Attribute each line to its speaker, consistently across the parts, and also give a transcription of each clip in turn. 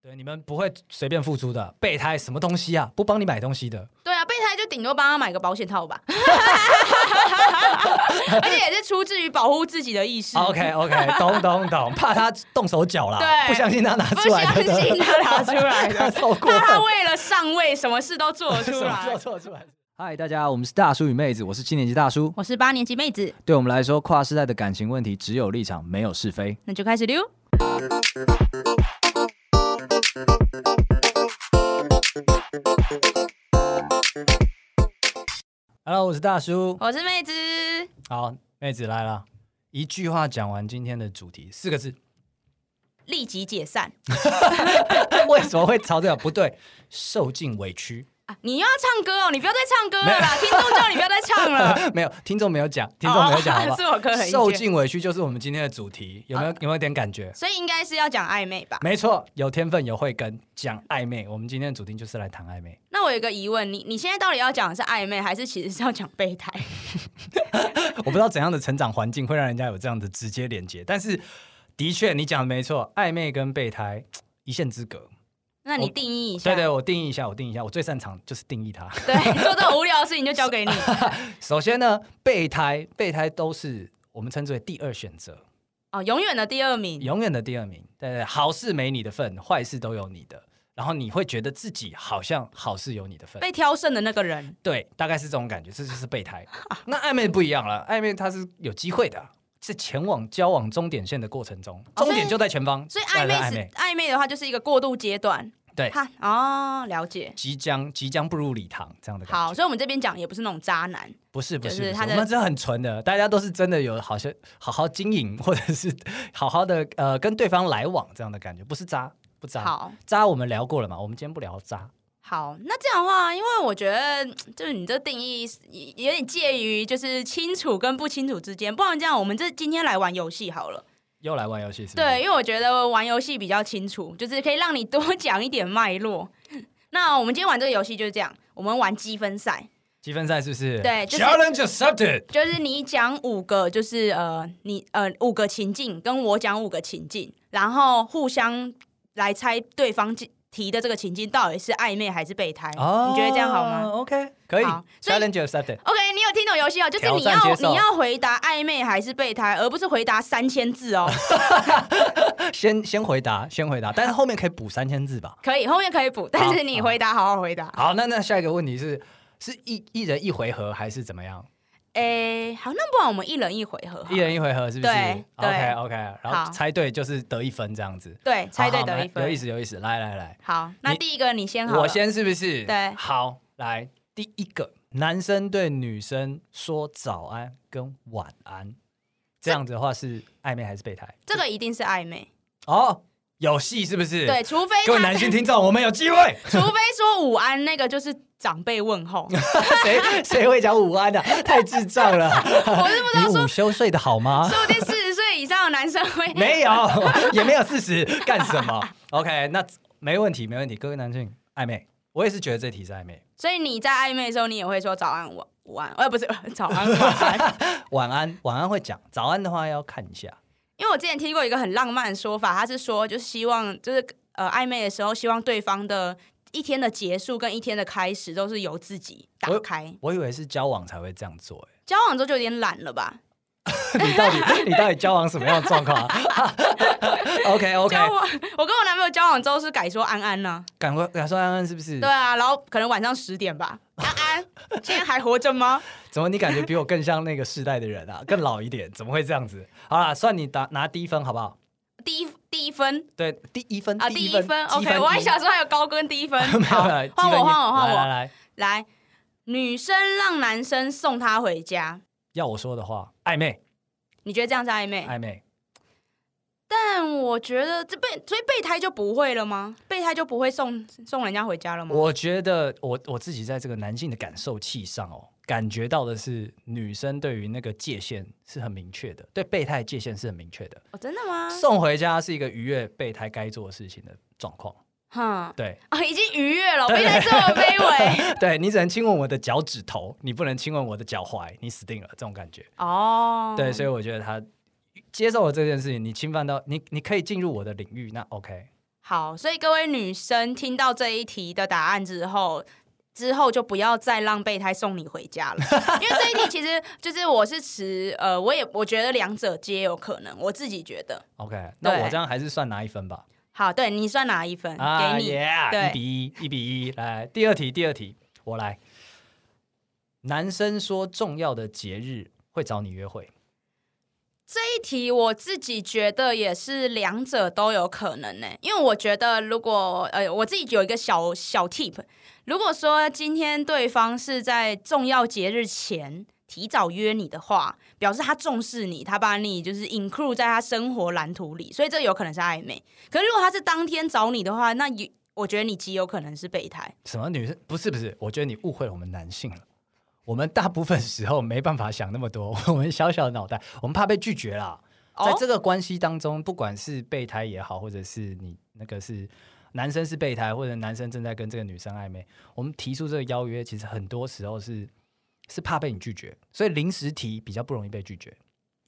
Speaker 1: 对，你们不会随便付出的。备胎什么东西啊？不帮你买东西的，
Speaker 2: 对啊，备胎就顶多帮他买个保险套 吧，而且也是出自于保护自己的意识。
Speaker 1: OK OK，懂懂 懂，怕他动手脚啦，
Speaker 2: 对
Speaker 1: 不相信他拿
Speaker 2: 不
Speaker 1: 出来
Speaker 2: 相
Speaker 1: 的，
Speaker 2: 信他拿出来
Speaker 1: 他
Speaker 2: 的，
Speaker 1: 超 过
Speaker 2: 怕他
Speaker 1: 分，
Speaker 2: 为了上位什么事都做得出
Speaker 1: 什么
Speaker 2: 来
Speaker 1: 时候。做出来？
Speaker 3: 嗨，大家，我们是大叔与妹子，我是七年级大叔。
Speaker 2: 我是八年级妹子，
Speaker 3: 对我们来说，跨世代的感情问题只有立场，没有是非。
Speaker 2: 那就开始溜。
Speaker 1: Hello，我是大叔。
Speaker 2: 我是妹子，
Speaker 1: 好，妹子来了，一句话讲完今天的主题，四个字。
Speaker 2: 立即解散
Speaker 1: 为什么会朝这个不对？受尽委屈，
Speaker 2: 啊！你又要唱歌哦，你不要再唱歌了啦，听众叫你不要再 唱了。
Speaker 1: 没有听众没有讲，听众没有讲，好不
Speaker 2: 自
Speaker 1: 好？
Speaker 2: 我刻很
Speaker 1: 受尽委屈就是我们今天的主题，有没有有没有点感觉？
Speaker 2: 所以应该是要讲暧昧吧？
Speaker 1: 没错，有天分有慧根，讲暧昧。我们今天的主题就是来谈暧昧。
Speaker 2: 那我有一个疑问，你你现在到底要讲的是暧昧，还是其实是要讲备胎？
Speaker 1: 我不知道怎样的成长环境会让人家有这样的直接连接，但是的确你讲的没错，暧昧跟备胎一线之隔。
Speaker 2: 那你
Speaker 1: 我
Speaker 2: 定义一下。
Speaker 1: 对对，我定义一下，我定义一下，我最擅长就是定义它。
Speaker 2: 对，做这种无聊的事情就交给你。
Speaker 1: 首先呢，备胎，备胎都是我们称之为第二选择。
Speaker 2: 哦，永远的第二名。
Speaker 1: 永远的第二名。对对，好事没你的份，坏事都有你的。然后你会觉得自己好像好事有你的份，
Speaker 2: 被挑剩的那个人，
Speaker 1: 对，大概是这种感觉，这就是备 胎。那暧昧不一样了，暧昧它是有机会的，是前往交往终点线的过程中，
Speaker 2: 哦
Speaker 1: 终点就在前方，
Speaker 2: 所以
Speaker 1: 带来
Speaker 2: 暧昧
Speaker 1: 暧
Speaker 2: 是
Speaker 1: 昧
Speaker 2: 暧昧的话，就是一个过渡阶段。
Speaker 1: 对
Speaker 2: 他哦，了解。
Speaker 1: 即将即将步入礼堂这样的感
Speaker 2: 好，
Speaker 1: 觉。
Speaker 2: 所以我们这边讲也不是那种渣男，
Speaker 1: 不是不
Speaker 2: 就是
Speaker 1: 是，不是
Speaker 2: 他的
Speaker 1: 我们真的很纯的，大家都是真的有好像好好经营， 或者是好好的呃跟对方来往这样的感觉，不是渣不渣。
Speaker 2: 好
Speaker 1: 渣我们聊过了嘛，我们今天不聊渣。
Speaker 2: 好，那这样的话，因为我觉得就是你这定义也有点介于就是清楚跟不清楚之间，不然这样我们这今天来玩游戏好了。
Speaker 1: 又来玩游戏是不是？
Speaker 2: 对，，因为我觉得玩游戏比较清楚，就是可以让你多 讲一点脉络。那我们今天玩这个游戏就是这样，我们玩积分赛，
Speaker 1: 积分赛是不是？
Speaker 2: 对就是
Speaker 1: Challenge accepted。
Speaker 2: 就是你讲五个，就是呃，你呃五个情境，跟我讲五个情境，然后互相来猜对方提的这个情境到底是暧昧还是备胎。你觉得这样好吗
Speaker 1: 哦？OK，可以。
Speaker 2: 好所以
Speaker 1: Challenge accepted。
Speaker 2: ？OK，你有听懂游戏哦？就是你
Speaker 1: 挑战
Speaker 2: 要
Speaker 1: 接受
Speaker 2: 你要回答暧昧还是备胎，而不是回答三千字 哦。
Speaker 1: 先先回答，先回答，但是后面可以补三千字吧？
Speaker 2: 可以，后面可以补，但是你回答好好回答。
Speaker 1: 好，那那下一个问题是，是一一人一回合还是怎么样？
Speaker 2: 诶，哎好，那不然我们一人一回合好了。
Speaker 1: 一人一回合是不是
Speaker 2: 对
Speaker 1: ？OK
Speaker 2: 对
Speaker 1: OK，然
Speaker 2: 好
Speaker 1: 后猜对就是得一分这样子。
Speaker 2: 对，猜对
Speaker 1: 好好有
Speaker 2: 得一
Speaker 1: 意
Speaker 2: 分。
Speaker 1: 思有意思，来来来，
Speaker 2: 好，那第一个你先好了。
Speaker 1: 我先是不是？
Speaker 2: 对
Speaker 1: 好，来第一个，男生对女生说早安跟晚安，这样子的话是暧昧还是备胎？
Speaker 2: 这个一定是暧昧。
Speaker 1: 哦，有戏是不是？
Speaker 2: 对，，除非
Speaker 1: 各位
Speaker 2: 他
Speaker 1: 男性听众，我们有机会。
Speaker 2: 除非说午安那个就是长辈问候，
Speaker 1: 谁谁会讲午安的、太智障了！
Speaker 2: 我是不知道
Speaker 1: 你
Speaker 2: 说，
Speaker 1: 午休睡得好吗？
Speaker 2: 说不定四十岁以上的男生会
Speaker 1: 没有，也没有事实，干什么？OK，那没问题，没问题。各位男性暧昧，我也是觉得这题是暧昧。
Speaker 2: 所以你在暧昧的时候，你也会说早安晚午安， 呃，不是早安晚安。
Speaker 1: 晚安，晚安会讲，早安的话要看一下。
Speaker 2: 因为我之前听过一个很浪漫的说法，他是说就是希望就是呃暧昧的时候，希望对方的一天的结束跟一天的开始都是由自己打开。
Speaker 1: 我以为是交往才会这样做、
Speaker 2: 交往之后就有点懒了吧？
Speaker 1: 欸 你到底你到底交往什么样的状况、啊、？OK OK，
Speaker 2: 交往，我跟我男朋友交往之后是改说安安呢、
Speaker 1: 赶快赶快说安安是不是？
Speaker 2: 对啊，然后可能晚上十点吧。安安，今天还活着吗？
Speaker 1: 怎么你感觉比我更像那个世代的人 啊？更老一点，怎么会这样子？好啦，算你打拿低分好不好？
Speaker 2: 第一第一分
Speaker 1: 对，第一分
Speaker 2: 啊，第一分，OK，我还
Speaker 1: 还
Speaker 2: 想说还有高跟低分，
Speaker 1: 没有
Speaker 2: 好
Speaker 1: 了，积
Speaker 2: 换
Speaker 1: 分
Speaker 2: 我，
Speaker 1: 一
Speaker 2: 换我，
Speaker 1: 来来
Speaker 2: 换我，
Speaker 1: 来，
Speaker 2: 来，女生让男生送她回家，
Speaker 1: 要我说的话，暧昧
Speaker 2: 你觉得这样是暧昧？
Speaker 1: 暧昧，
Speaker 2: 但我觉得这备，所以备胎就不会了吗？备胎就不会送送人家回家了吗？
Speaker 1: 我觉得我我自己在这个男性的感受器上哦，感觉到的是女生对于那个界限是很明确的，对备胎界限是很明确的，
Speaker 2: 哦，真的吗？
Speaker 1: 送回家是一个愉悦备胎该做的事情的状况，
Speaker 2: 哼，
Speaker 1: 对。
Speaker 2: 哦，已经愉悦了，
Speaker 1: 对
Speaker 2: 备胎这么卑微
Speaker 1: 对你只能亲吻我的脚趾头，你不能亲吻我的脚踝，你死定了，这种感觉。
Speaker 2: 哦。
Speaker 1: 对，所以我觉得他接受了这件事情，你侵犯到你，你可以进入我的领域，那 OK，
Speaker 2: 好，所以各位女生听到这一题的答案之后。之后就不要再让备胎送你回家了， 因为这一题其实就是我是持呃，我也我觉得两者皆有可能，我自己觉得
Speaker 1: OK，那
Speaker 2: 对
Speaker 1: 我这样还是算拿一分吧。
Speaker 2: 好，对你算哪一分？
Speaker 1: 啊
Speaker 2: 给你
Speaker 1: ，yeah,
Speaker 2: 对
Speaker 1: 一比一，一比一。来，第二题，第二题，我来。男生说重要的节日会找你约会，
Speaker 2: 这一题我自己觉得也是两者都有可能呢、欸因为我觉得如果呃我自己有一个小小 tip，如果说今天对方是在重要节日前提早约你的话，表示他重视你，他把你就是 include 在他生活蓝图里，所以这有可能是暧昧。可是如果他是当天找你的话，那有我觉得你极有可能是备胎。
Speaker 1: 什么女生？不是不是，我觉得你误会了我们男性了。我们大部分时候没办法想那么多，我们小小的脑袋，我们怕被拒绝啦。
Speaker 2: 哦
Speaker 1: 在这个关系当中，不管是备胎也好，或者是你那个是男生是备胎，或者男生正在跟这个女生暧昧，我们提出这个邀约，其实很多时候是是怕被你拒绝，所以临时提比较不容易被拒绝。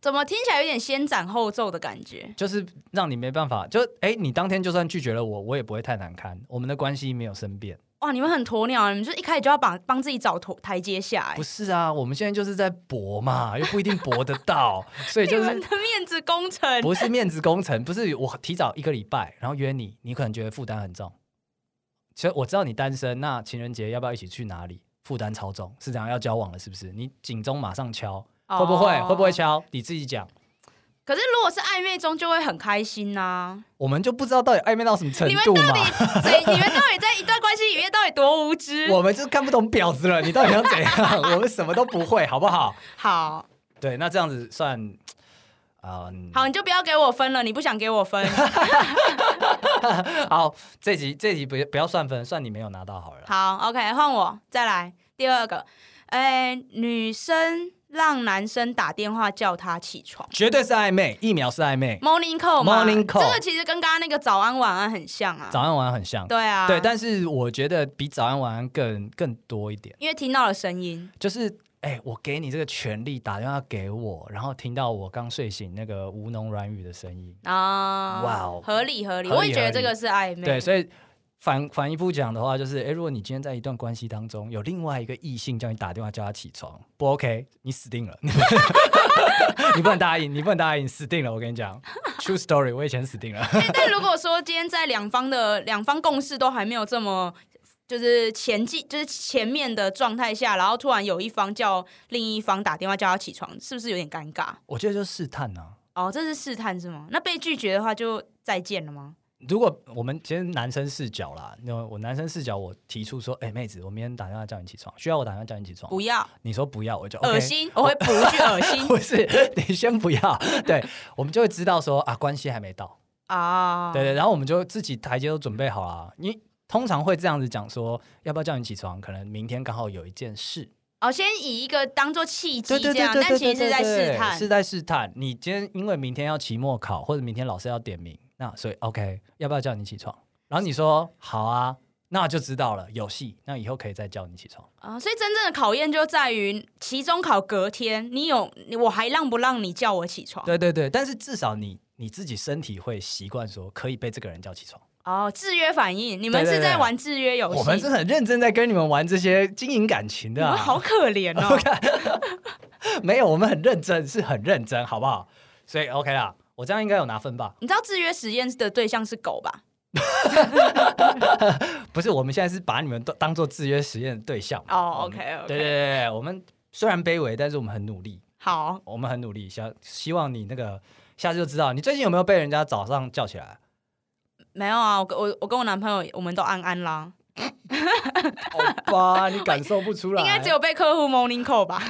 Speaker 2: 怎么听起来有点先斩后奏的感觉？
Speaker 1: 就是让你没办法，就哎、你当天就算拒绝了我，我也不会太难堪。我们的关系没有生变，
Speaker 2: 哇，你们很鸵鸟，你们就一开始就要帮帮自己找头台阶下、欸
Speaker 1: 不。是啊？我们现在就是在搏嘛，又不一定搏得到， 所以就
Speaker 2: 你们
Speaker 1: 是
Speaker 2: 的面子工程
Speaker 1: 不是面子工程，不是我提早一个礼拜，然后约你，你可能觉得负担很重。其实我知道你单身，那情人节要不要一起去哪里？负担超重，是这样要交往了是不是？你警钟马上敲，会不会？会不会？
Speaker 2: 哦
Speaker 1: 敲？你自己讲。
Speaker 2: 可是如果是暧昧中，就会很开 心呐、
Speaker 1: 我们就不知道到底暧昧到什么程
Speaker 2: 你们
Speaker 1: 度
Speaker 2: 到
Speaker 1: 嘛
Speaker 2: 底，谁？你们到底在一段关系里面到底多无知？
Speaker 1: 我们就看不懂婊子了，你到底想怎样？我们什么都不会，好不好？
Speaker 2: 好
Speaker 1: 对，那这样子算，嗯，
Speaker 2: 好，你就不要给我分了，你不想给 我分。
Speaker 1: 好，这集这集不不要算分，算你没有拿到好了啦。
Speaker 2: 好，OK，换我再来第二个。哎、女生让男生打电话叫她起床
Speaker 1: 绝对是暧昧，一秒是暧昧，
Speaker 2: ，morning call 嘛
Speaker 1: Morning call
Speaker 2: 这个其实跟刚刚那个早安晚安很像啊。
Speaker 1: 早安晚安很像，
Speaker 2: 对啊，
Speaker 1: 对，但是我觉得比早安晚安更更多一点，
Speaker 2: 因为听到了声音，
Speaker 1: 就是哎、我给你这个权利，打电话给我，然后听到我刚睡醒那个吴侬软语的声音，
Speaker 2: 啊，
Speaker 1: 哇哦
Speaker 2: 合理合理，
Speaker 1: 合理
Speaker 2: 我也觉
Speaker 1: 合
Speaker 2: 得
Speaker 1: 理
Speaker 2: 这个是暧昧，
Speaker 1: 对，所以。反反一步讲的话，就是，哎、如果你今天在一段关系当中有另外一个异性叫你打电话叫他起床，不 OK，你死定了， 你不能答应，你不能答应，死定了，我跟你讲，True story，我以前死定了。
Speaker 2: 欸 但如果说今天在两方的两方共识都还没有这么就是前进，就是前面的状态下，然后突然有一方叫另一方打电话叫他起床，是不是有点尴尬？
Speaker 1: 我觉得就是试探呢、啊。
Speaker 2: 哦，这是试探是吗？那被拒绝的话就再见了吗？
Speaker 1: 如果我们其实男生视角啦，那我男生视角，我提出说，哎、妹子，我明天打电话叫你起床，需要我打电话叫你起床吗？
Speaker 2: 不要，
Speaker 1: 你说不要，我就
Speaker 2: 恶
Speaker 1: OK
Speaker 2: 心，我会补一句恶心
Speaker 1: 不是， 你先不要，对我们就会知道说啊，关系还没到，
Speaker 2: 啊。
Speaker 1: 对对，然后我们就自己台阶都准备好啦。你通常会这样子讲说，要不要叫你起床？可能明天刚好有一件事，
Speaker 2: 哦，先以一个当做契机
Speaker 1: 对对
Speaker 2: 这
Speaker 1: 对
Speaker 2: 样，
Speaker 1: 对
Speaker 2: 但
Speaker 1: 对
Speaker 2: 其
Speaker 1: 对
Speaker 2: 实是在试探。
Speaker 1: 是在试探。你今天因为明天要期末考，或者明天老师要点名，那所以 OK，要不要叫你起床？然后你说好啊，那就知道了，有戏，那以后可以再叫你起床。
Speaker 2: 啊、所以真正的考验就在于期中考隔天，你有你我还让不让你叫我起床？
Speaker 1: 对对对，但是至少你你自己身体会习惯说可以被这个人叫起床。
Speaker 2: 哦，制约反应，你们
Speaker 1: 对对
Speaker 2: 是
Speaker 1: 对
Speaker 2: 在玩制约游戏，
Speaker 1: 我们是很认真在跟你们玩这些经营感情
Speaker 2: 你
Speaker 1: 的、
Speaker 2: 们
Speaker 1: 啊，
Speaker 2: 好可怜 哦。
Speaker 1: 没有，我们很认真，是很认真，好不好？所以 OK 啦，我这样应该有拿分吧？
Speaker 2: 你知道制约实验的对象是狗吧？
Speaker 1: 不是，我们现在是把你们都当做制约实验的对象嘛。
Speaker 2: 哦
Speaker 1: 我们
Speaker 2: ，OK，OK
Speaker 1: 嗯对对对对，我们虽然卑微，但是我们很努力，
Speaker 2: 好，
Speaker 1: 我们很努力，想希望你那个下次就知道你最近有没有被人家早上叫起来。
Speaker 2: 没有啊，我跟我我跟我男朋友，我们都安安啦，
Speaker 1: 好吧，你感受不出来，
Speaker 2: 应该只有被客户 morning call 吧。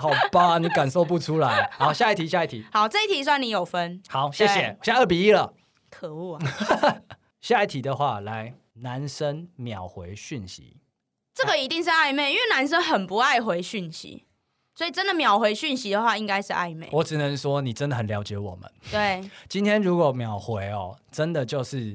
Speaker 1: 好吧，你感受不出来。好，下一题，下一题。
Speaker 2: 好，这一题算你有分，
Speaker 1: 好，谢谢
Speaker 2: 对。
Speaker 1: 现在二比一了。
Speaker 2: 可 恶啊！
Speaker 1: 下一题的话，来，男生秒回讯息，
Speaker 2: 这个一定是暧昧，因为男生很不爱回讯息，所以真的秒回讯息的话，应该是暧昧。
Speaker 1: 我只能说你真的很了解我们。
Speaker 2: 对，
Speaker 1: 今天如果秒回哦，真的就是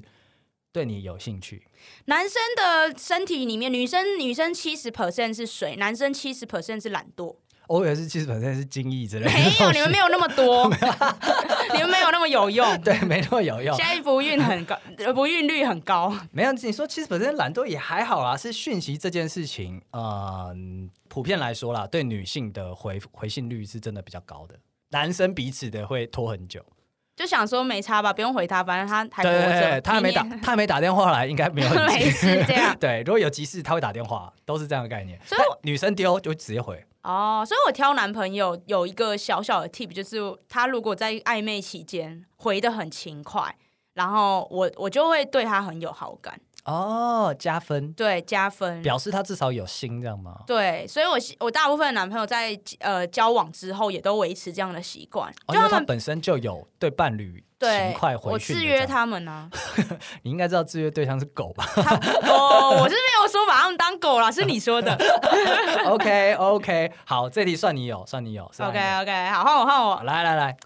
Speaker 1: 对你有兴趣。
Speaker 2: 男生的身体里面，女生女生七十 percent 是水，男生七十 percent 是懒惰。
Speaker 1: 我以为哦是七十 percent 是精益之类的东
Speaker 2: 没
Speaker 1: 西，
Speaker 2: 有，你们没有那么多， 你们没有那么有用。
Speaker 1: 对，没那么有用
Speaker 2: 现。在不孕很高，呃不孕率很高。
Speaker 1: 没有，你说七十 percent 懒惰也还好啦，是讯息这件事情，嗯，普遍来说啦，对女性的回回信率是真的比较高的，男生彼此的会拖很久。
Speaker 2: 就想说没差吧，不用回他，反正他还活
Speaker 1: 对对
Speaker 2: 着
Speaker 1: 对，，他还没打，
Speaker 2: 明年
Speaker 1: 他还没打电话来，应该没 有很
Speaker 2: 没
Speaker 1: 急。。
Speaker 2: 事这样
Speaker 1: 对，如果有急事，他会打电话，都是这样的概念。
Speaker 2: 所以我
Speaker 1: 但女生丢就直接回，
Speaker 2: 哦，所以我挑男朋友有一个小小的 tip，就是他如果在暧昧期间回的很勤快，然后我我就会对他很有好感，
Speaker 1: 哦，加分，
Speaker 2: 对加分。
Speaker 1: 表示他至少有心，这样吗？
Speaker 2: 对，所以我希我大部分的男朋友在呃交往之后也都维持这样的习惯，
Speaker 1: 哦，
Speaker 2: 就
Speaker 1: 因为
Speaker 2: 他
Speaker 1: 他
Speaker 2: 们
Speaker 1: 本身就有对伴侣勤
Speaker 2: 对
Speaker 1: 快回
Speaker 2: 我
Speaker 1: 去，
Speaker 2: 制约，他们啊呢、
Speaker 1: 你应该知道制约对象是狗吧
Speaker 2: 哦，我是没有说把他们当狗啦，是你说的。
Speaker 1: ？OK OK，好，这题算你有，算你有算啊你有
Speaker 2: OK OK，好，换我换我
Speaker 1: 好。来来来，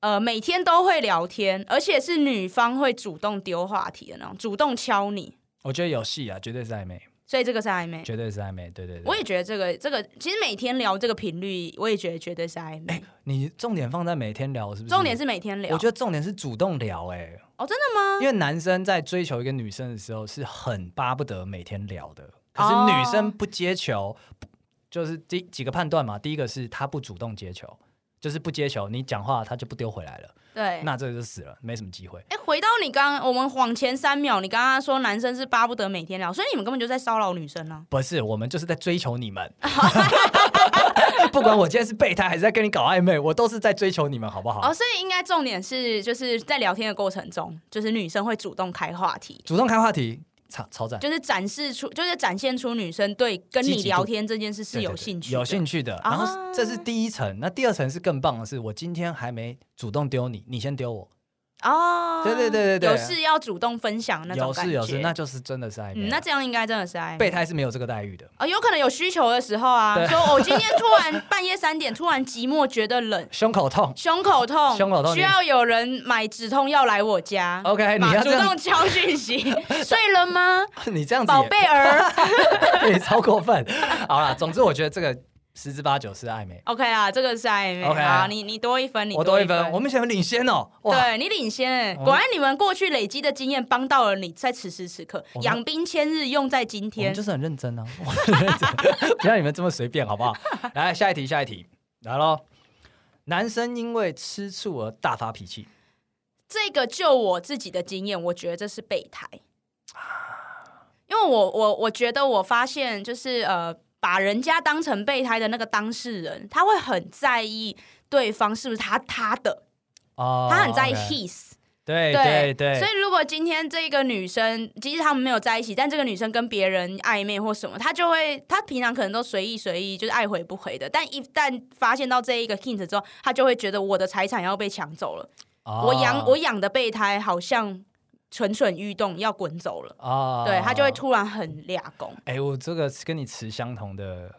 Speaker 2: 呃，每天都会聊天，而且是女方会主动丢话题的那种，主动敲你，
Speaker 1: 我觉得有戏啊，绝对是暧昧，
Speaker 2: 所以这个是暧昧。
Speaker 1: 绝对是暧昧，对对对。
Speaker 2: 我也觉得这个这个，其实每天聊这个频率，我也觉得绝对是暧昧。
Speaker 1: 你重点放在每天聊是不是？
Speaker 2: 重点是每天聊，
Speaker 1: 我觉得重点是主动聊、哎，
Speaker 2: 哦，真的吗？
Speaker 1: 因为男生在追求一个女生的时候是很巴不得每天聊的，可是
Speaker 2: 哦
Speaker 1: 女生不接球，不就是第几个判断嘛，第一个是她不主动接球，就是不接球，你讲话她就不丢回来了，
Speaker 2: 对。
Speaker 1: 那这个就死了，没什么机会。
Speaker 2: 哎，回到你刚，我们往前三秒，你刚刚说男生是巴不得每天聊，所以你们根本就在骚扰女生啊呢、
Speaker 1: 不是，我们就是在追求你们。 不管我今天是备胎还是在跟你搞暧昧，我都是在追求你们，好不好？
Speaker 2: 哦，所以应该重点是，就是在聊天的过程中，就是女生会主动开话题，
Speaker 1: 主动开话题，超超赞，
Speaker 2: 就是展示出，就是展现出女生对跟
Speaker 1: 积
Speaker 2: 你
Speaker 1: 极度
Speaker 2: 聊天这件事是
Speaker 1: 对
Speaker 2: 有
Speaker 1: 对对
Speaker 2: 兴趣的。哦
Speaker 1: 有兴趣的。然后这是第一层，那第二层是更棒的是，我今天还没主动丢你，你先丢我，
Speaker 2: 哦，
Speaker 1: 对对对对对
Speaker 2: 有事要主动分享那种
Speaker 1: 有
Speaker 2: 感觉。
Speaker 1: 事有事，那就是真的是暧昧
Speaker 2: 嗯，
Speaker 1: 了。
Speaker 2: 那这样应该真的是爱
Speaker 1: 备胎是没有这个待遇的，
Speaker 2: 啊、有可能有需求的时候啊，
Speaker 1: 对
Speaker 2: 说我今天突然半夜三点突然寂寞，觉得冷，
Speaker 1: 胸口痛。
Speaker 2: 胸口痛，
Speaker 1: 胸口痛
Speaker 2: 需要有人买止痛药来我家。
Speaker 1: OK，你
Speaker 2: 马
Speaker 1: 要
Speaker 2: 主
Speaker 1: 这样
Speaker 2: 动，敲讯 息，睡了吗，
Speaker 1: 你这样子
Speaker 2: 宝
Speaker 1: 也
Speaker 2: 贝儿
Speaker 1: 也超过分。好啦，总之我觉得这个十之八九是暧昧，
Speaker 2: ？OK 啊，这个是暧昧
Speaker 1: OK
Speaker 2: 啊，好你你多一分，你
Speaker 1: 我
Speaker 2: 多
Speaker 1: 多
Speaker 2: 一
Speaker 1: 一分，我们想领先哦。哇，哦
Speaker 2: 对你领先哎、
Speaker 1: 我们
Speaker 2: 果然你们过去累积的经验帮到了你，在此时此刻
Speaker 1: 我，们
Speaker 2: 养兵千日，用在
Speaker 1: 哦我
Speaker 2: 今
Speaker 1: 们
Speaker 2: 天
Speaker 1: 就。是很认真啊，我们很认真， 不要你们这么随便，好不好？ 来，下一题，下一题，来喽。男生因为吃醋而大发脾气，
Speaker 2: 这个就我自己的经验，我觉得这是备胎， 因为我我我觉得我发现就是呃，把人家当成备胎的那个当事人，他会很在意对方是不是他他的，
Speaker 1: 哦，
Speaker 2: 他很在意
Speaker 1: OK
Speaker 2: his，、
Speaker 1: 对对
Speaker 2: 所
Speaker 1: 对，
Speaker 2: 以如果今天这个女生，即使他们没有在一起，但这个女生跟别人暧昧或什么，她就会，她平常可能都随意随意，就是爱回不回的。但一旦发现到这一个 hint 之后，她就会觉得我的财产要被抢走了，
Speaker 1: 哦
Speaker 2: 我养我养的备胎好像蠢蠢欲动，要滚走了。
Speaker 1: 啊
Speaker 2: 对她就会突然很俩拱。
Speaker 1: 哎，我这个是跟你持相同的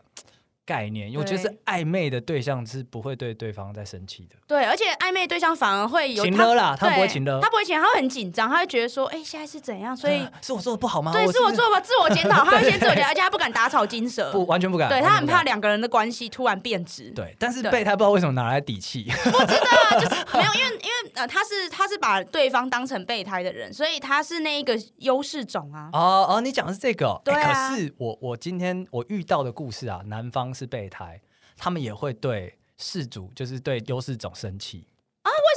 Speaker 1: 概念，因为我觉得
Speaker 2: 对
Speaker 1: 是暧昧的对象是不会对对方在生气的，
Speaker 2: 对，而且暧昧对象反而会有
Speaker 1: 情了啦，他
Speaker 2: 对
Speaker 1: 们不会情了
Speaker 2: 他，不会情，他会很紧张，他会觉得说，哎、现在是怎样？所以。
Speaker 1: 啊是我做的不好吗？
Speaker 2: 对，
Speaker 1: 是
Speaker 2: 是我做吧，自我检 讨，他会先自我检讨，而且他不敢打草惊蛇，
Speaker 1: 不完全不敢，
Speaker 2: 对他很怕
Speaker 1: 脸。
Speaker 2: 两个人的关系突然变质。
Speaker 1: 哦对，但是
Speaker 2: 对
Speaker 1: 备胎不知道为什么拿来底气，
Speaker 2: 没有，因为因为呃，他是他是把对方当成备胎的人，所以他是那一个优势种啊。
Speaker 1: 哦哦，你讲的是这个哦、
Speaker 2: 对
Speaker 1: 哎
Speaker 2: 啊
Speaker 1: 可是我我今天我遇到的故事啊，男方是备胎，他们也会对事主，就是对优势种生气。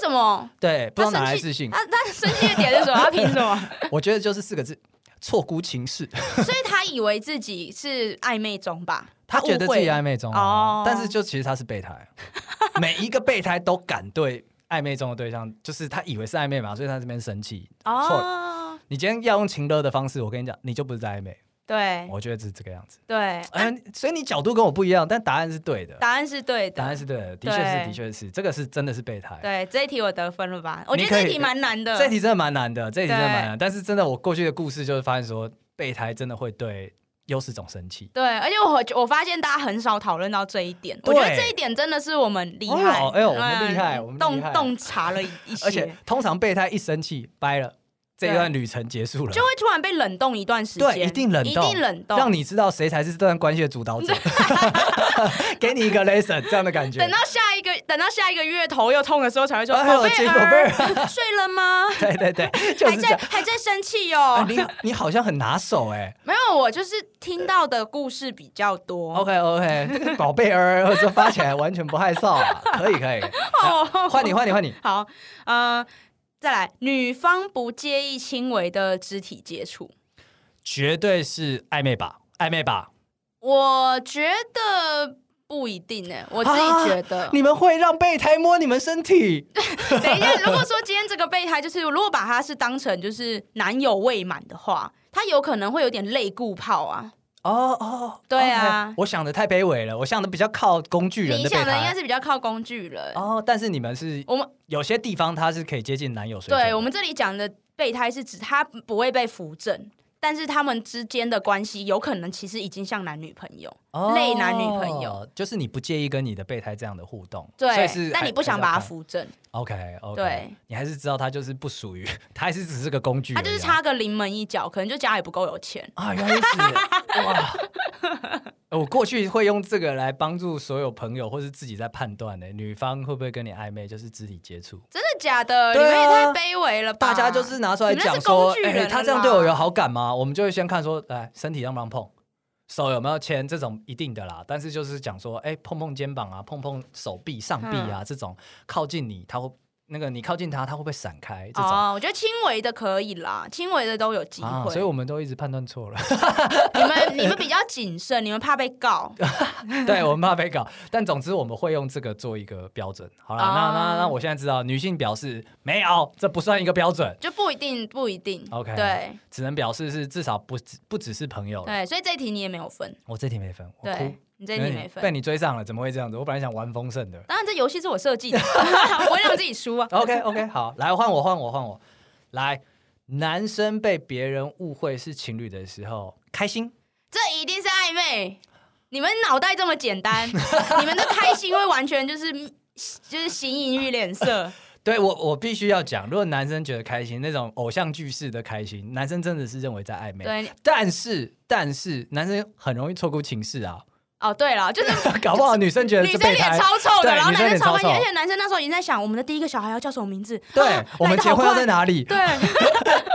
Speaker 2: 为什么？
Speaker 1: 对，不知道
Speaker 2: 他
Speaker 1: 哪来
Speaker 2: 生
Speaker 1: 自
Speaker 2: 气，
Speaker 1: 信，
Speaker 2: 他他生气的点是什么？他凭什么？
Speaker 1: 我觉得就是四个字：错估情势。
Speaker 2: 所以他以为自己是暧昧中吧？
Speaker 1: 他觉得自己
Speaker 2: 误会
Speaker 1: 暧
Speaker 2: 了
Speaker 1: 昧中啊、
Speaker 2: 哦
Speaker 1: 但是就其实他是备胎，啊每一个备胎都敢对暧昧中的对象，就是他以为是暧昧嘛，所以他这边生气。错
Speaker 2: 哦，
Speaker 1: 你今天要用情勒的方式，我跟你讲，你就不是在暧昧。
Speaker 2: 对
Speaker 1: 我觉得是这个样子。
Speaker 2: 对，
Speaker 1: 哎、所以你角度跟我不一样，但答案是对的。
Speaker 2: 答案是对
Speaker 1: 答
Speaker 2: 的。
Speaker 1: 案是对的，的确是，
Speaker 2: 对
Speaker 1: 的确是，这个是真的是备胎。
Speaker 2: 对这一题我得分了吧？我觉
Speaker 1: 你
Speaker 2: 得
Speaker 1: 可
Speaker 2: 这
Speaker 1: 以
Speaker 2: 一题蛮难的。
Speaker 1: 这题真的蛮难的，这题真的
Speaker 2: 对
Speaker 1: 蛮难。但是真的，我过去的故事就是发现说，备胎真的会对优势种生气。
Speaker 2: 对，而且我我发现大家很少讨论到这一点，我
Speaker 1: 对
Speaker 2: 觉得这一点真的是我们厉害，
Speaker 1: 哦哎呦
Speaker 2: 对
Speaker 1: 我们厉害我们厉
Speaker 2: 洞
Speaker 1: 害
Speaker 2: 洞察了一
Speaker 1: 而且
Speaker 2: 些，
Speaker 1: 通常备胎一生气掰了，这一段旅程结束了
Speaker 2: 就。会突然被冷冻一段时间，
Speaker 1: 对，一定冷冻，
Speaker 2: 一定冷冻，
Speaker 1: 让你知道谁才是这段关系的主导 者，给你一个 lesson 这样的感觉。
Speaker 2: 等到下一个，等到下一个月头又痛的时候才会说，
Speaker 1: 哎呦
Speaker 2: 宝贝
Speaker 1: 亲
Speaker 2: 儿，
Speaker 1: 宝贝
Speaker 2: 睡了吗？
Speaker 1: 对对 对， 就
Speaker 2: 还
Speaker 1: 是这
Speaker 2: 在
Speaker 1: 样。
Speaker 2: 还在生气
Speaker 1: 啊
Speaker 2: 哦？
Speaker 1: 你你好像很拿手哎、
Speaker 2: 没有，我就是听到的故事比较多。
Speaker 1: OK OK，宝贝儿，我这发起来完全不害臊啊，可以可以，
Speaker 2: 哦
Speaker 1: 换你换你换你，
Speaker 2: 好，呃，再来，女方不介意轻微的肢体接触，
Speaker 1: 绝对是暧昧吧，暧昧吧，
Speaker 2: 我觉得不一定呢、我自己觉得。
Speaker 1: 啊你们会让备胎摸你们身体，
Speaker 2: 等一下，如果说今天这个备胎就是，如果把它是当成就是男友未满的话，他有可能会有点类固泡啊。
Speaker 1: 哦哦，
Speaker 2: 对啊
Speaker 1: OK，我想的太卑微了，我想的比较靠工具人
Speaker 2: 你
Speaker 1: 的备
Speaker 2: 想的应该
Speaker 1: 胎。
Speaker 2: 是比较靠工具人，
Speaker 1: 哦，但是你们是
Speaker 2: 我们
Speaker 1: 有些地方它是可以接近男友水准的。
Speaker 2: 对我们这里讲的备胎是指他不会被扶正，但是他们之间的关系有可能其实已经像男女朋友。
Speaker 1: 哦
Speaker 2: 类男女朋友，
Speaker 1: 就是你不介意跟你的备胎这样的互动，所以
Speaker 2: 对
Speaker 1: 是，
Speaker 2: 但
Speaker 1: 还
Speaker 2: 你不想把他。扶正，
Speaker 1: OK OK，
Speaker 2: 对，
Speaker 1: 你还是知道他就是不属于， 他还是只是个工具而已
Speaker 2: 他
Speaker 1: 啊，
Speaker 2: 就是差个临门一脚，可能就家里不够有钱。
Speaker 1: 啊，原来如此！哇，呃我过去会用这个来帮助所有朋友，或是自己在判断呢、女方会不会跟你暧昧，就是肢体接触。
Speaker 2: 真的假的？你
Speaker 1: 对啊
Speaker 2: 们也太卑微了吧！
Speaker 1: 大家就是拿出来讲说，哎、
Speaker 2: 你们是工具人了
Speaker 1: 他这样对我有好感吗？我们就会先看说，哎，身体让不让碰，手有没有牵，这种一定的啦。但是就是讲说，哎、碰碰肩膀啊，碰碰手臂、上臂啊，
Speaker 2: 嗯
Speaker 1: 这种靠近你，他会那个你靠近他，他会不会闪开？这种、
Speaker 2: 哦，我觉得轻微的可以啦，轻微的都有机会。
Speaker 1: 啊，所以我们都一直判断错了。
Speaker 2: 你们你们比较谨慎，你们怕被 告。
Speaker 1: 对，我们怕被搞，但总之我们会用这个做一个标准。好了，那
Speaker 2: 哦
Speaker 1: 那那我现在知道，女性表示没有，这不算一个标准，
Speaker 2: 就不一定，不一定。
Speaker 1: OK
Speaker 2: 对
Speaker 1: 只能表示是至少不只不只是朋友了。
Speaker 2: 对，所以这一题你也没有分，
Speaker 1: 我这题没分，我哭哎
Speaker 2: 对。你这一题没
Speaker 1: 被
Speaker 2: 分。
Speaker 1: 你追上了，怎么会这样子？我本来想玩丰盛的。
Speaker 2: 当然，这游戏是我设计的， 我不会让自 己输啊。
Speaker 1: OK OK，好，来换我换我换我，来，男生被别人误会是情侣的时候开心，
Speaker 2: 这一定是暧昧。你们脑袋这么 简单，你们的开心会完全就是就是形影与脸色。
Speaker 1: 对我我必须要讲，如果男生觉得开心，那种偶像剧式的开心，男生真的是认为在暧昧。
Speaker 2: 对，
Speaker 1: 但是但是男生很容易错过情势啊，
Speaker 2: 哦对了，就是
Speaker 1: 搞不好女生觉得
Speaker 2: 女
Speaker 1: 是
Speaker 2: 生
Speaker 1: 备胎
Speaker 2: 脸。超臭
Speaker 1: 对
Speaker 2: 的，然后
Speaker 1: 女
Speaker 2: 男
Speaker 1: 生
Speaker 2: 生超
Speaker 1: 脸超
Speaker 2: 开心，
Speaker 1: 臭
Speaker 2: 而且男生那时候已经在想，我们的第一个小孩要叫什么名字？
Speaker 1: 对
Speaker 2: 啊，
Speaker 1: 我们
Speaker 2: 来得
Speaker 1: 结
Speaker 2: 好
Speaker 1: 婚要
Speaker 2: 快
Speaker 1: 在哪里？
Speaker 2: 对，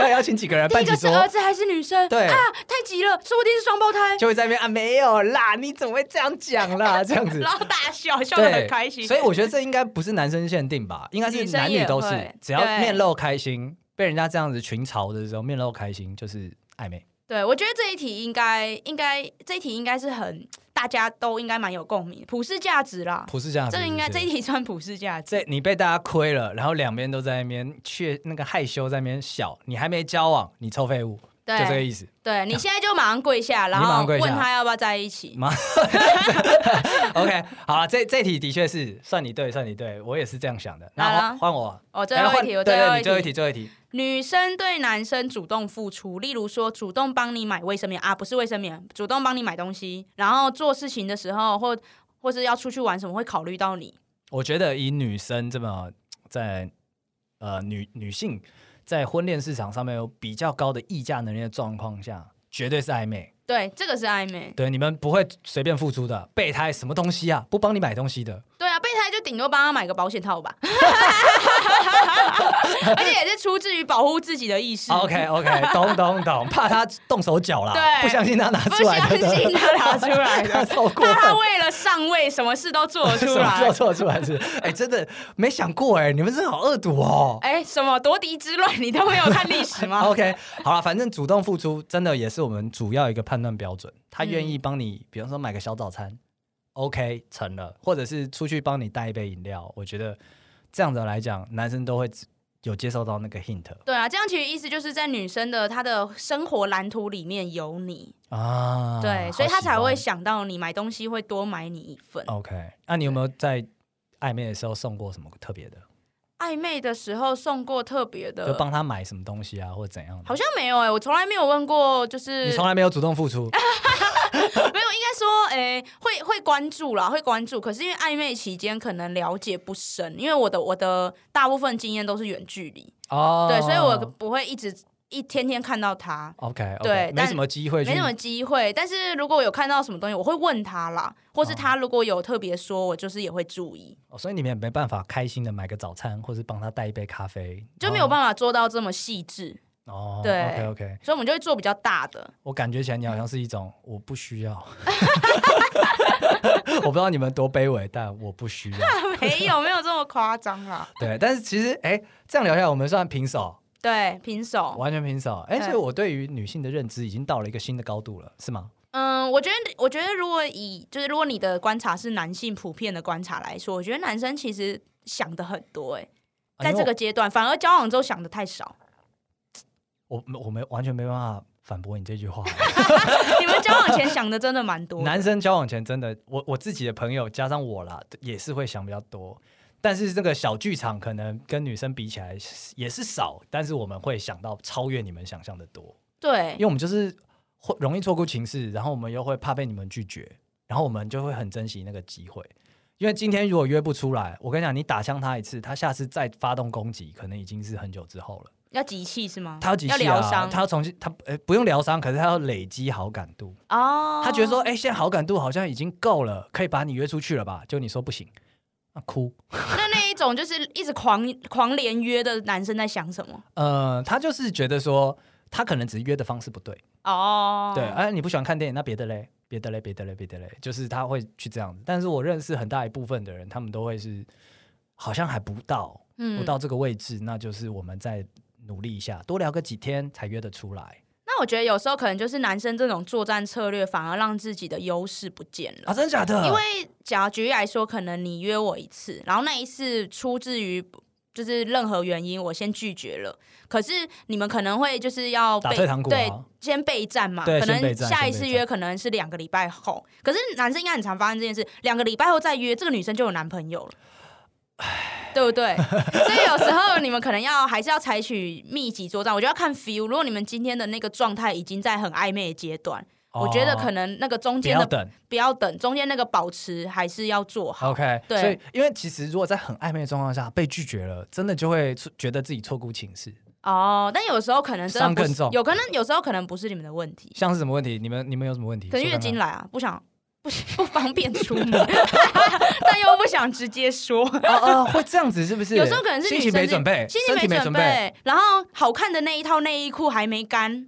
Speaker 1: 要邀请几个人，
Speaker 2: 第
Speaker 1: 办
Speaker 2: 一
Speaker 1: 几
Speaker 2: 个是
Speaker 1: 桌，
Speaker 2: 儿子还是女生？
Speaker 1: 对
Speaker 2: 啊，太急了，说不定是双胞胎。
Speaker 1: 就会在那边啊，没有啦，你怎么会这样讲 啦？这样子
Speaker 2: 然，后大笑，笑得
Speaker 1: 对，
Speaker 2: 很开心。
Speaker 1: 所以我觉得这应该不是男生限定吧，应该是
Speaker 2: 女生
Speaker 1: 男女
Speaker 2: 也
Speaker 1: 都是
Speaker 2: 会，
Speaker 1: 只要
Speaker 2: 对
Speaker 1: 面露开心，被人家这样子群嘲的时候，面露开心就是暧昧。
Speaker 2: 对，我觉得这一题应该应该这一题应该是很大家都应该蛮有共鸣，普世价值啦。
Speaker 1: 不是这样子，
Speaker 2: 这应该
Speaker 1: 是不
Speaker 2: 这
Speaker 1: 是
Speaker 2: 一题算普世价值。
Speaker 1: 这你被大家亏了，然后两边都在那边却那个害羞在那边笑，你还没交往，你臭废物，就这个
Speaker 2: 对，
Speaker 1: 意思。
Speaker 2: 对你现在就马上跪下，然
Speaker 1: 你马
Speaker 2: 后
Speaker 1: 上跪
Speaker 2: 问
Speaker 1: 下
Speaker 2: 他要不要在一起。
Speaker 1: OK，好了，这这题的确是算你对，算你对，我也是这样想的。
Speaker 2: 来
Speaker 1: 那
Speaker 2: 啦
Speaker 1: 换换我，
Speaker 2: 哦，最
Speaker 1: 哎
Speaker 2: 后
Speaker 1: 换
Speaker 2: 一题，我
Speaker 1: 对对，你
Speaker 2: 最
Speaker 1: 最
Speaker 2: 后
Speaker 1: 后
Speaker 2: 一
Speaker 1: 一
Speaker 2: 题，
Speaker 1: 题，最后一题，
Speaker 2: 女生对男生主动付出，例如说主动帮你买卫生棉啊，不是卫生棉，主动帮你买东西，然后做事情的时候或或是要出去玩什么会考虑到你。
Speaker 1: 我觉得以女生这么在呃女女性在婚恋市场上面有比较高的议价能力的状况下，绝对是暧昧。
Speaker 2: 对，这个是暧昧。
Speaker 1: 对，你们不会随便付出的，备胎什么东西啊？不帮你买东西的，
Speaker 2: 对啊，备胎就顶多帮他买个保险套吧， 而且也是出自于保护自己的意识。
Speaker 1: OK OK，懂懂懂，怕他动手脚啦，
Speaker 2: 对
Speaker 1: 不相信他拿
Speaker 2: 不
Speaker 1: 出来
Speaker 2: 相
Speaker 1: 的，
Speaker 2: 信他拿出来
Speaker 1: 他
Speaker 2: 的，
Speaker 1: 超过
Speaker 2: 怕他
Speaker 1: 分。
Speaker 2: 为了上位什么事都做得出
Speaker 1: 什么时
Speaker 2: 来
Speaker 1: 候。做出来是？哎、真的没想过哎、你们真的好恶毒哦。
Speaker 2: 哎，什么夺嫡之乱，你都没有看历 史吗？
Speaker 1: OK，好了，反正主动付出真的也是我们主要一个判断标准。他愿意帮你，比方说买个小早餐，OK 成了，或者是出去帮你带一杯饮料，我觉得这样子来讲，男生都会有接受到那个 hint
Speaker 2: 对啊，这样其实意思就是在女生的她的生活蓝图里面有你，
Speaker 1: 啊。
Speaker 2: 对，所以
Speaker 1: 好
Speaker 2: 她
Speaker 1: 喜
Speaker 2: 才
Speaker 1: 欢哦
Speaker 2: 会想到你买东西会多买你一份。
Speaker 1: OK，那、你有没有在暧昧的时候送过什么特别的？
Speaker 2: 暧昧的时候送过特别
Speaker 1: 就
Speaker 2: 的，
Speaker 1: 帮他买什么东西啊，或者怎样的？
Speaker 2: 好像没有哎，我从来没有问过，就是
Speaker 1: 你从来没有主动付 出，
Speaker 2: 没有，应该说，诶、会会关注啦，会关注。可是因为暧昧期间可能了解不深，因为我的我的大部分经验都是远距离，
Speaker 1: 哦
Speaker 2: 对，所以我不会一直一天天看到他，
Speaker 1: OK，
Speaker 2: 对
Speaker 1: 没
Speaker 2: 但
Speaker 1: 什么机会去
Speaker 2: 没什么机会。但是如果有看到什么东西，我会问他啦，或是他如果有特别说，我就是也会注意，
Speaker 1: 哦，所以你们也没办法开心的买个早餐，或是帮他带一杯咖啡，
Speaker 2: 就没有办法做到这么细致，
Speaker 1: 法。哦，
Speaker 2: 对
Speaker 1: o k OK，
Speaker 2: 所以我们就会做比较大 的。
Speaker 1: 我感觉起来你好像是一种我不需 要， 我不知道你们多卑微，但我不需 要。
Speaker 2: 没有没有这么夸张啦，
Speaker 1: 对，但是其实哎、这样聊下来，我们算平手，
Speaker 2: 对，平手。
Speaker 1: 完全平手。哎、
Speaker 2: 对
Speaker 1: 所以我对于女性的认知已经到了一个新的高度了，是吗？
Speaker 2: 嗯，我觉得，我觉得如果以就是如果你的观察是男性普遍的观察来说，我觉得男生其实想的很多、欸，
Speaker 1: 啊
Speaker 2: 在
Speaker 1: 因为
Speaker 2: 这个阶段，反而交往之后想的太少。
Speaker 1: 我我我没完全没办法反驳你这句话。
Speaker 2: 你们交往前想的真的蛮多的，
Speaker 1: 男生交往前真的，我我自己的朋友加上我啦，也是会想比较多。但是这个小剧场可能跟女生比起来也是少，但是我们会想到超越你们想象的多，
Speaker 2: 对
Speaker 1: 因为我们就是会容易错过情势，然后我们又会怕被你们拒绝，然后我们就会很珍惜那个机会。因为今天如果约不出来，我跟你讲，你打枪他一次，他下次再发动攻击，可能已经是很久之后了。
Speaker 2: 要集气是吗？
Speaker 1: 他要急、啊、
Speaker 2: 要疗伤，
Speaker 1: 他要重新，他呃不用疗伤，可是他要累积好感度。
Speaker 2: 哦，
Speaker 1: 他觉得说，哎、现在好感度好像已经够了，可以把你约出去了吧？就你说不行，啊，哭。
Speaker 2: 那那一种就是一直狂狂连约的男生在想什么？
Speaker 1: 呃，他就是觉得说，他可能只是约的方式不对，
Speaker 2: 哦，
Speaker 1: 对，哎、你不喜欢看电影，那别的嘞，别的嘞，别的嘞，别的嘞，就是他会去这样子。但是我认识很大一部分的人，他们都会是，好像还不到，
Speaker 2: 嗯
Speaker 1: 不到这个位置，那就是我们再努力一下，多聊个几天才约得出来
Speaker 2: 那我觉得有时候可能就是男生这种作战策略，反而让自己的优势不见了。
Speaker 1: 啊，真的假的？
Speaker 2: 因为假举例来说，可能你约我一次，然后那一次出自于就是任何原因，我先拒绝了。可是你们可能会就是要
Speaker 1: 打
Speaker 2: 备
Speaker 1: 退堂鼓啊
Speaker 2: 对，先备战嘛。
Speaker 1: 对
Speaker 2: 可
Speaker 1: 先备
Speaker 2: 能
Speaker 1: 战
Speaker 2: 下
Speaker 1: 先
Speaker 2: 一
Speaker 1: 备
Speaker 2: 次
Speaker 1: 战
Speaker 2: 约可能是两个礼拜后，可是男生应该很常发生这件事，两个礼拜后再约，这个女生就有男朋 友了。对不对？所以有时候你们可能要还是要采取密集作战，我觉得要看 feel。如果你们今天的那个状态已经在很暧昧的阶段，我觉得可
Speaker 1: 哦
Speaker 2: 能那个中
Speaker 1: 不
Speaker 2: 间
Speaker 1: 要
Speaker 2: 的
Speaker 1: 等。
Speaker 2: 不要等，中间那个保持还是要做好。
Speaker 1: OK，
Speaker 2: 对
Speaker 1: 所以因为其实如果在很暧昧的状况下被拒绝了，真的就会错觉得自己错过情势。
Speaker 2: 哦，但有时候可能真的
Speaker 1: 伤
Speaker 2: 不
Speaker 1: 更
Speaker 2: 是
Speaker 1: 重，
Speaker 2: 有可能有时候可能不是你们的问题，
Speaker 1: 像是什么问题？你们你们有什么问题？
Speaker 2: 可能
Speaker 1: 说
Speaker 2: 月
Speaker 1: 看看
Speaker 2: 经来啊，不想不不方便出 门，但又不想直接说。
Speaker 1: 哦哦，会这样子是不是？
Speaker 2: 有时候可能是
Speaker 1: 心
Speaker 2: 女
Speaker 1: 情
Speaker 2: 生
Speaker 1: 没
Speaker 2: 自
Speaker 1: 准备，
Speaker 2: 心
Speaker 1: 身体
Speaker 2: 情
Speaker 1: 没
Speaker 2: 准
Speaker 1: 备。
Speaker 2: 备，然后好看的那一套内衣裤还没干，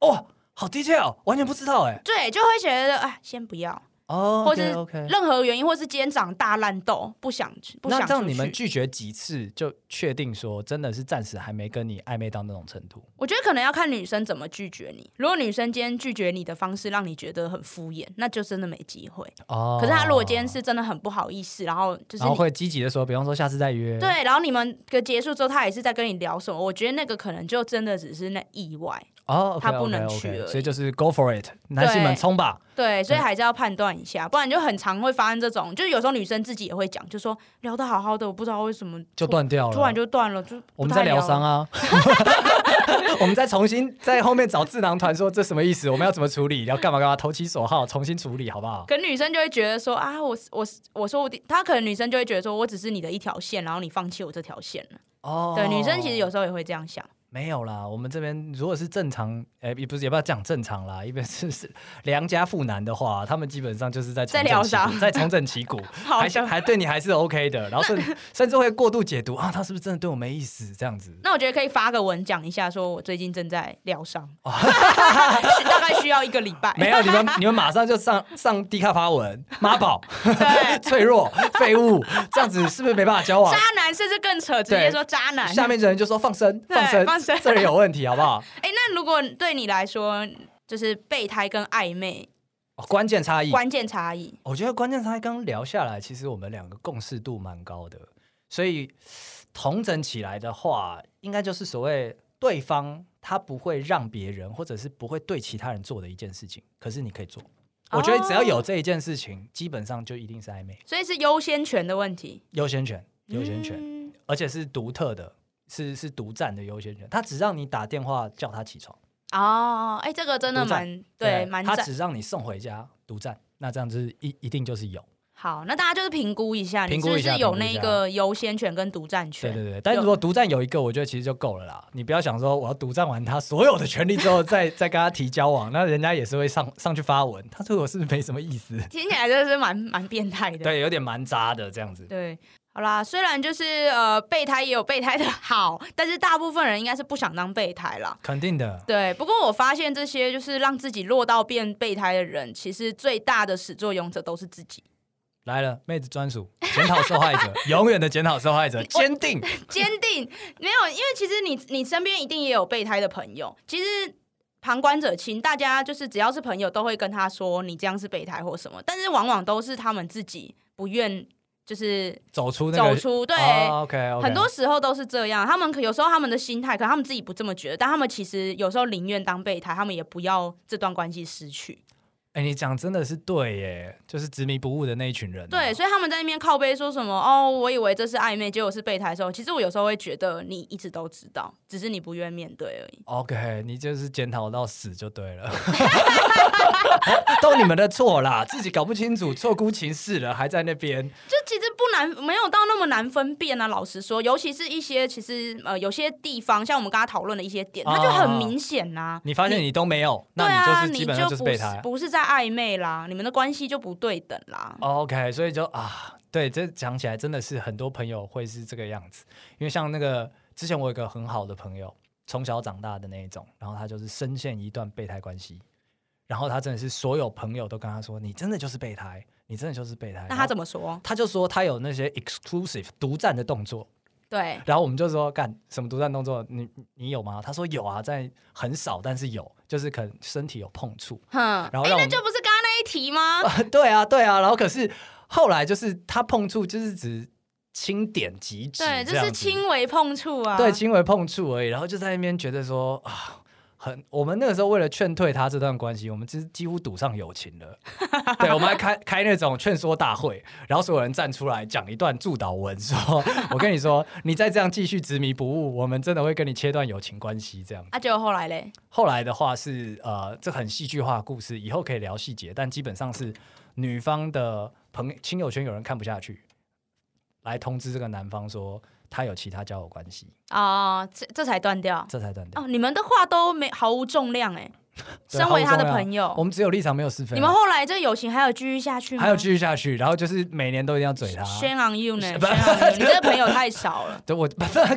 Speaker 1: 哦，好 detail，完全不知道哎。
Speaker 2: 对，就会觉得哎，先不要，
Speaker 1: 哦，
Speaker 2: 或是
Speaker 1: OK。
Speaker 2: 任何原因，或是今天长大烂痘，不想去，不
Speaker 1: 那
Speaker 2: 想
Speaker 1: 这样
Speaker 2: 出
Speaker 1: 你们
Speaker 2: 去。
Speaker 1: 拒绝几次就确定说真的是暂时还没跟你暧昧到那种程度？
Speaker 2: 我觉得可能要看女生怎么拒绝你。如果女生今天拒绝你的方式让你觉得很敷衍，那就真的没机会。
Speaker 1: 哦，
Speaker 2: 可是他如果今天是真的很不好意思，然后就是
Speaker 1: 然后
Speaker 2: 你
Speaker 1: 会积极的说，比方说下次再约。
Speaker 2: 对，然后你们个结束之后，他也是在跟你聊什么，我觉得那个可能就真的只是那意外，
Speaker 1: 哦，
Speaker 2: 他不能去而
Speaker 1: o
Speaker 2: 已
Speaker 1: 所以就是 go for it，男性们
Speaker 2: 对
Speaker 1: 冲吧。
Speaker 2: 对，所以
Speaker 1: 对
Speaker 2: 还是要判断一下，不然就很常会发生这种，就是有时候女生自己也会讲，就说聊得好好的，我不知道为什么
Speaker 1: 就
Speaker 2: 突
Speaker 1: 断掉了，
Speaker 2: 突然就断了，就
Speaker 1: 我们在疗伤
Speaker 2: 啊，
Speaker 1: 啊， 我们再重新在后面找智囊团说这什么意思，我们要怎么处理，要干嘛干嘛，投其所好，重新处理好不好？
Speaker 2: 可女生就会觉得说啊，我我我说我的，她可能女生就会觉得说我只是你的一条线，然后你放弃我这条线了，
Speaker 1: 哦
Speaker 2: 对，女生其实有时候也会这样想，
Speaker 1: 没有啦，我们这边如果是正常，哎、也不是也不要讲正常啦，因为是是良家妇男的话，他们基本上就是在重
Speaker 2: 在
Speaker 1: 整
Speaker 2: 疗
Speaker 1: 旗鼓
Speaker 2: 伤
Speaker 1: 在重整旗鼓，
Speaker 2: 好
Speaker 1: 还是
Speaker 2: 的
Speaker 1: 还对你还是 OK 的，然后 甚甚至会过度解读啊，他是不是真的对我没意思这样子？
Speaker 2: 那我觉得可以发个文讲一下，说我最近正在疗伤，需 大概需要一个礼拜。
Speaker 1: 哦没有，你们你们马上就上上低卡发文，妈宝、
Speaker 2: 对，
Speaker 1: 脆弱、废物，这样子是不是没办法交往
Speaker 2: 渣？男甚至更扯，直接说渣男。
Speaker 1: 啊下面的人就说放生，
Speaker 2: 对
Speaker 1: 放生，
Speaker 2: 放生
Speaker 1: 这里有问题，好不好？
Speaker 2: 哎、那如果对你来说，就是备胎跟暧昧
Speaker 1: 哦关键差异，
Speaker 2: 关键差异，
Speaker 1: 我觉得关键差异刚聊下来，其实我们两个共识度蛮高的，所以同整起来的话，应该就是所谓对方他不会让别人，或者是不会对其他人做的一件事情，可是你可以做。我觉得只要
Speaker 2: 哦
Speaker 1: 有这一件事情，基本上就一定是暧昧
Speaker 2: 所以是优先权的问题。
Speaker 1: 优先权，优先权，
Speaker 2: 嗯
Speaker 1: 而且是独特的，是是独占的优先权。他只让你打电话叫他起床。
Speaker 2: 哦，哎、这个真的
Speaker 1: 独占
Speaker 2: 蛮对，蛮
Speaker 1: 他
Speaker 2: 赞
Speaker 1: 只让你送回家独占，那这样就是一一定就是有。
Speaker 2: 好，那大家就是评估一下，
Speaker 1: 评估一
Speaker 2: 你是
Speaker 1: 下
Speaker 2: 不是有
Speaker 1: 评估一
Speaker 2: 那
Speaker 1: 下
Speaker 2: 个优先权跟独占权？
Speaker 1: 对对对，但如果独占有一个，我觉得其实就够了啦。你不要想说我要独占完他所有的权利之后再 再跟他提交往，那人家也是会上上去发文，他对我是不是没什么意思？
Speaker 2: 听起来真的是蛮蛮变态的。
Speaker 1: 对，有点蛮渣的这样子。
Speaker 2: 对，好啦，虽然就是呃备胎也有备胎的 好，但是大部分人应该是不想当备胎啦。
Speaker 1: 肯定的，
Speaker 2: 对，不过我发现这些就是让自己落到变备胎的人，其实最大的始作俑者都是自己。
Speaker 1: 来了，妹子专属检讨受害 者，永远的检讨受害者，坚定。
Speaker 2: 坚定没有，因为其实你你身边一定也有备胎的朋友，其实。旁观者清，大家就是只要是朋友都会跟他说你这样是备胎或什么，但是往往都是他们自己不愿，就是
Speaker 1: 走出那
Speaker 2: 走
Speaker 1: 个哦
Speaker 2: 出、对、
Speaker 1: o k OK，
Speaker 2: 很多时候都是这样，他们可有时候他们的心态，可能他们自己不这么觉得，但他们其实有时候宁愿当备胎，他们也不要这段关系失去。
Speaker 1: 哎、你讲真的是对耶，就是执迷不悟的那一群人、啊
Speaker 2: 对，，所以他们在那边靠背说什么哦，我以为这是暧昧，结果是备胎的时候，其实我有时候会觉得你一直都知道，只是你不愿面对而已。
Speaker 1: OK，你就是检讨到死就对了， 都你们的错啦，自己搞不清楚，错估情势了，还在那边。
Speaker 2: 就其实不难，没有到那么难分辨啊。老实说，尤其是一些其实呃有些地方，像我们刚刚讨论的一些点，它就很明显呐、
Speaker 1: 你发现你都没有，
Speaker 2: 对
Speaker 1: 啊那
Speaker 2: 啊，
Speaker 1: 你就是基
Speaker 2: 你
Speaker 1: 本上
Speaker 2: 不
Speaker 1: 是备胎。
Speaker 2: 不是在暧昧啦，你们的关系就不对等啦。
Speaker 1: 哦 OK，所以就啊，对，这讲起来真的是很多朋友会是这个样子，因为像那个之前我有一个很好的朋友，从小长大的那一种，然后他就是深陷一段备胎关系，然后他真的是所有朋友都跟他说，你真的就是备胎，你真的就是备胎。
Speaker 2: 那他怎
Speaker 1: 么？
Speaker 2: 么说？
Speaker 1: 他就说他有那些 exclusive 独占的动作，
Speaker 2: 对，
Speaker 1: 然后我们就说干什么独占动作？你你有吗？他说有啊，在很少，但是有，就是可能身体有碰触。
Speaker 2: 哼，
Speaker 1: 然后
Speaker 2: 诶
Speaker 1: 让我
Speaker 2: 那
Speaker 1: 们
Speaker 2: 就不是刚刚那一题吗？
Speaker 1: 对 啊，对啊，然后可是后来就是他碰触，就是只轻点及止，
Speaker 2: 对，
Speaker 1: 这
Speaker 2: 就
Speaker 1: 样
Speaker 2: 是
Speaker 1: 子
Speaker 2: 轻微碰触啊。
Speaker 1: 对轻微碰触而已，然后就在那边觉得说啊。很，我们那个时候为了劝退他这段关系，我们就是几乎赌上友情 了。对，我们还开开那种劝说大会，然后所有人站出来讲一段祝祷文，说：“ 我跟你说，你再这样继续执迷不悟，我们真的会跟你切断友情关系。”这样子。
Speaker 2: 啊，结果后来嘞，
Speaker 1: 后来的话是呃，这很戏剧化的故事，以后可以聊细节，但基本上是女方的朋亲友圈有人看不下去，来通知这个男方说他有其他交友关系，
Speaker 2: 啊、这这才断掉。
Speaker 1: 这才断掉。
Speaker 2: 哦，你们的话都没毫无重量哎、
Speaker 1: 对
Speaker 2: 身为他的
Speaker 1: 毫无重量
Speaker 2: 朋友
Speaker 1: 我们只有立场没有是非啊，
Speaker 2: 你们后来这友情还有继续下去吗？
Speaker 1: 还有继续下去，然后就是每年都一定要嘴他。
Speaker 2: 宣昂 you 呢？宣
Speaker 1: 不
Speaker 2: 昂 you，你这个朋友太 少了。
Speaker 1: 对，我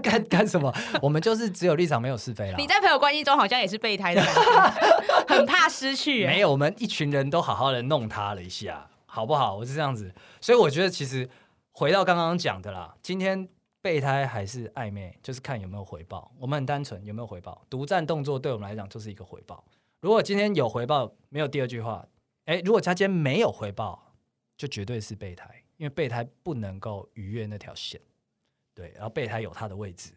Speaker 1: 干干什么？我们就是只有立场没有是非啦
Speaker 2: 你。在朋友关系中好像也是备胎的 感觉，很怕失去、
Speaker 1: 没
Speaker 2: 欸。
Speaker 1: 有，我们一群人都好好的弄他了一下，好不好？我是这样子，所以我觉得其实回到刚刚讲的啦，今天备胎还是暧昧，就是看有没有回报。我们很单纯，有没有回报？独占动作对我们来讲就是一个回报。如果今天有回报，没有第二句话，诶，如果他今天没有回报，就绝对是备胎，因为备胎不能够逾越那条线。对，然后备胎有他的位置，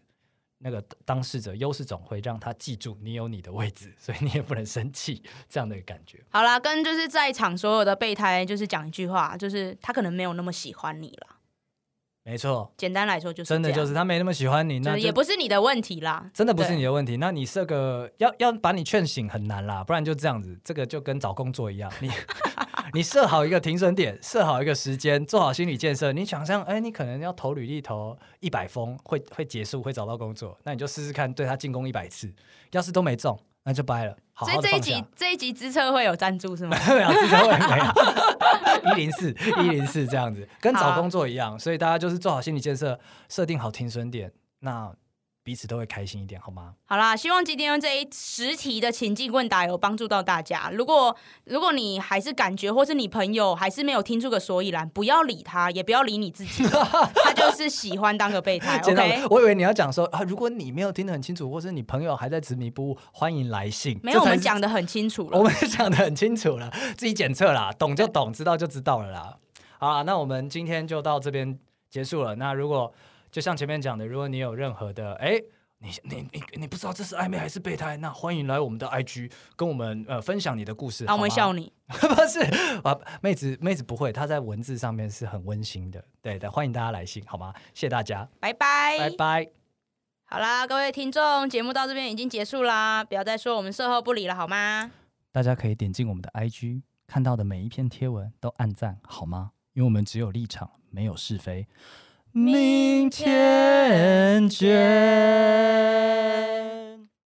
Speaker 1: 那个当事者优势总会让他记住你有你的位置，所以你也不能生气，这样的感觉。
Speaker 2: 好啦，跟就是在场所有的备胎，就是讲一句话，就是他可能没有那么喜欢你了。
Speaker 1: 没错，
Speaker 2: 简单来说就是
Speaker 1: 真的
Speaker 2: 这样
Speaker 1: 就是他没那么喜欢你，
Speaker 2: 就
Speaker 1: 那
Speaker 2: 是也
Speaker 1: 就
Speaker 2: 不是你的问题啦，
Speaker 1: 真的不是
Speaker 2: 对
Speaker 1: 你的问题。那你这个要要把你劝醒很难啦，不然就这样子，这个就跟找工作一样， 你你设好一个停损点，设好一个时间，做好心理建设。你想象，哎，你可能要投履历投一百封，会会结束，会找到工作，那你就试试看，对他进攻一百次，要是都没中，那就掰了，好
Speaker 2: 所以
Speaker 1: 好的
Speaker 2: 这一
Speaker 1: 放
Speaker 2: 集
Speaker 1: 下。
Speaker 2: 这一集知策会有赞 助是吗？
Speaker 1: 没有，自称啊会没有。 一零四，一零四这样子，跟
Speaker 2: 好
Speaker 1: 找
Speaker 2: 啊
Speaker 1: 工作一样，所以大家就是做好心理建设，设定好停损点，那彼此都会开心一点，好吗？
Speaker 2: 好啦，希望今天这一十题的情境问答有帮助到大家。如果如果你还是感觉，或是你朋友还是没有听出个所以然，不要理他，也不要理你自 己，他就是喜欢当个备胎。
Speaker 1: 见到
Speaker 2: OK，
Speaker 1: 我以为你要讲说啊，如果你没有听得很清楚，或是你朋友还在执迷不悟，欢迎来信。
Speaker 2: 没有
Speaker 1: 这
Speaker 2: 我
Speaker 1: 才
Speaker 2: 们
Speaker 1: 是
Speaker 2: 讲的很清楚
Speaker 1: 我
Speaker 2: 了。
Speaker 1: 们 讲的很清楚了，自己检测啦，懂就懂，知道就知道了啦。好啦，那我们今天就到这边结束了。那如果就像前面讲的，如果你有任何的，哎、你你你你不知道这是暧昧还是备胎，那欢迎来我们的 IG 跟我们呃分享你的故事。
Speaker 2: 啊，我们
Speaker 1: 好
Speaker 2: 笑
Speaker 1: 吗？
Speaker 2: 你，
Speaker 1: 不是啊，妹子妹子不会，她在文字上面是很温馨的。对的，欢迎大家来信，好吗？谢谢大家，
Speaker 2: 拜拜。
Speaker 1: 拜拜。
Speaker 2: 好啦，各位听众，节目到这边已经结束啦，不要再说我们售后不理了，好吗？
Speaker 1: 大家可以点进我们的 IG，看到的每一篇贴文都按赞，好吗？因为我们只有立场，没有是非。
Speaker 2: 明天见。